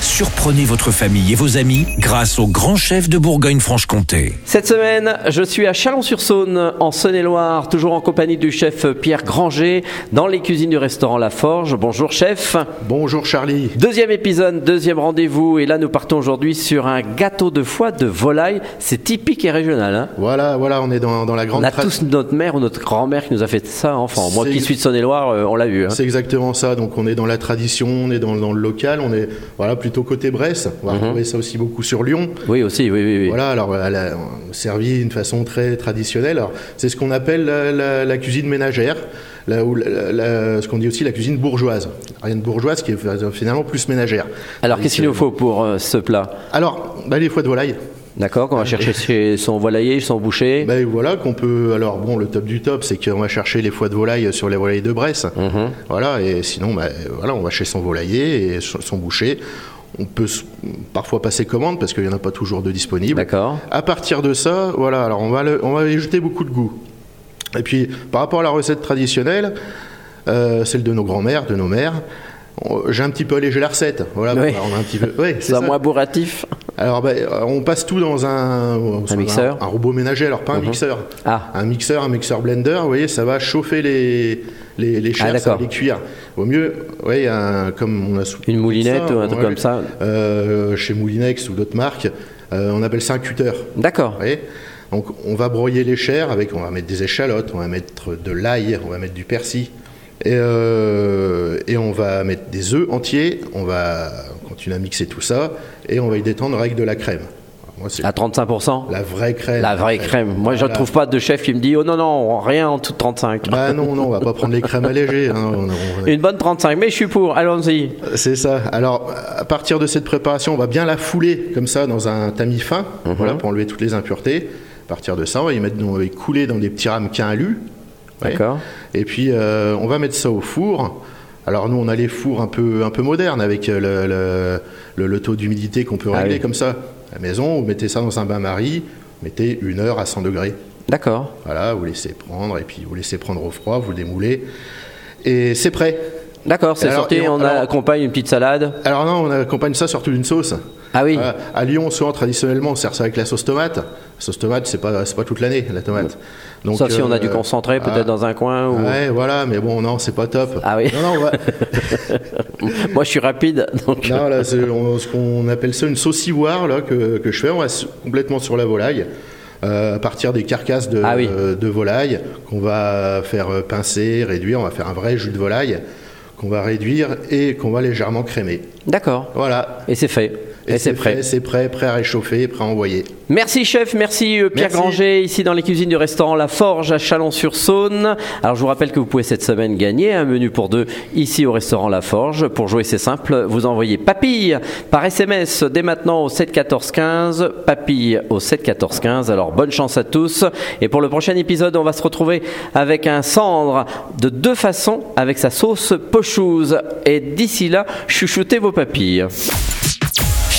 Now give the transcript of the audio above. Surprenez votre famille et vos amis grâce au grand chef de Bourgogne-Franche-Comté. Cette semaine, je suis à Chalon-sur-Saône, en Saône-et-Loire, toujours en compagnie du chef Pierre Granger, dans les cuisines du restaurant La Forge. Bonjour chef. Bonjour Charlie. Deuxième épisode, deuxième rendez-vous, et là nous partons aujourd'hui sur un gâteau de foie de volaille. C'est typique et régional. hein. Voilà, voilà, on est dans, dans la grande on a trace. tous notre mère ou notre grand-mère qui nous a fait ça enfant. Moi C'est- qui suis de Saône-et-Loire, euh, on l'a vu. hein. C'est exactement ça. Donc on est dans la tradition, on est dans, dans le local, on est voilà plutôt côté Bresse. On va Mhm. retrouver ça aussi beaucoup sur Lyon. Oui aussi, oui, oui, oui. Voilà, alors euh, elle a servi d'une façon très traditionnelle. Alors, C'est ce qu'on appelle la, la- la cuisine ménagère, la- ou la- la- ce qu'on dit aussi la cuisine bourgeoise. Rien de bourgeoise qui est euh, finalement plus ménagère. Alors qu'est-ce qu'il nous faut pour euh, ce plat Alors, bah, les foies de volaille. D'accord, qu'on va chercher chez son volailler, son boucher. Ben voilà qu'on peut. Alors bon, le top du top, c'est qu'on va chercher les foies de volaille sur les volailles de Bresse. Mhm. Voilà, et sinon, ben, voilà, on va chez son volailler et son son boucher. On peut s- parfois passer commande parce qu'il n'y en a pas toujours de disponible. D'accord. À partir de ça, voilà, alors on va, le- on va y jeter beaucoup de goût. Et puis, par rapport à la recette traditionnelle, euh, celle de nos grands-mères, de nos mères, on- j'ai un petit peu allégé la recette. Voilà, Oui. on a un petit peu. ouais, c'est C'est un ça. moins bourratif. Alors, ben, euh, on passe tout dans un, un- mixeur un, robot ménager. Alors, pas un mixeur. Ah. Un mixeur, un mixeur blender. Vous voyez, ça va chauffer les les les chairs, Ah, ça d'accord. va les cuire. Au mieux, ouais, un- comme on a sou- Une moulinette ça, ou un truc ouais, comme ça. euh, chez Moulinex ou d'autres marques, euh, on appelle ça un cutter. D'accord. Vous voyez Donc, on va broyer les chairs avec, on va mettre des échalotes, on va mettre de l'ail, on va mettre du persil. Et, euh, et on va mettre des œufs entiers, on va continuer à mixer tout ça, et on va y détendre avec de la crème. Alors, moi, c'est À 35 la vraie crème. Ah. La vraie crème. Moi, je ne Voilà. trouve pas de chef qui me dit Oh non, non, rien en dessous de 35. Bah non, non, on va pas prendre les crèmes allégées. hein, on- on- Une bonne 35, mais je suis pour, allons-y. C'est ça. Alors, à partir de cette préparation, on va bien la fouler comme ça dans un tamis fin, Mhm. voilà, pour enlever toutes les impuretés. À partir de ça, on va y mettre, on va y couler dans des petits ramequins alu. Ouais. D'accord. Et puis, euh, on va mettre ça au four. Alors nous, on a les fours un peu, un peu modernes avec euh, le, le- le- le taux d'humidité qu'on peut Ah régler oui. comme ça. À la maison, vous mettez ça dans un bain-marie, vous mettez une heure à 100 degrés. D'accord. Voilà, vous laissez prendre et puis vous laissez prendre au froid, vous démoulez et c'est prêt. D'accord, c'est Alors, sorti, et on- on a- alors- accompagne une petite salade. Alors non, on accompagne ça surtout d'une sauce. Ah oui. Voilà. à Lyon, souvent traditionnellement, on sert ça avec la sauce tomate. La sauce tomate, c'est pas, c'est pas toute l'année la tomate. Donc, Sauf si on a euh, du concentré, peut-être ah, dans un coin. Ou... Ouais, voilà, mais bon, non, c'est pas top. Ah oui. Non, non, on va- Moi, je suis rapide, donc. euh, Non, là, c'est on- ce qu'on appelle ça une sauce ivoire là, que, que je fais. On va s- complètement sur la volaille, euh, à partir des carcasses de, Ah oui. euh, de volaille qu'on va faire euh, pincer, réduire. On va faire un vrai jus de volaille qu'on va réduire et qu'on va légèrement crémer. D'accord. Voilà. Et c'est fait. Et, c'est prêt. fait, C'est prêt, prêt à réchauffer, prêt à envoyer. Merci chef, merci euh, Pierre Merci. Granger, ici dans les cuisines du restaurant La Forge à Chalon-sur-Saône. Alors je vous rappelle que vous pouvez cette semaine gagner un menu pour deux ici au restaurant La Forge. Pour jouer c'est simple, vous envoyez papille par SMS dès maintenant au 7 14 15, papille au 7 14 15. Alors bonne chance à tous et pour le prochain épisode on va se retrouver avec un cendre de deux façons avec sa sauce pochouse. Et d'ici là, chuchotez vos papilles.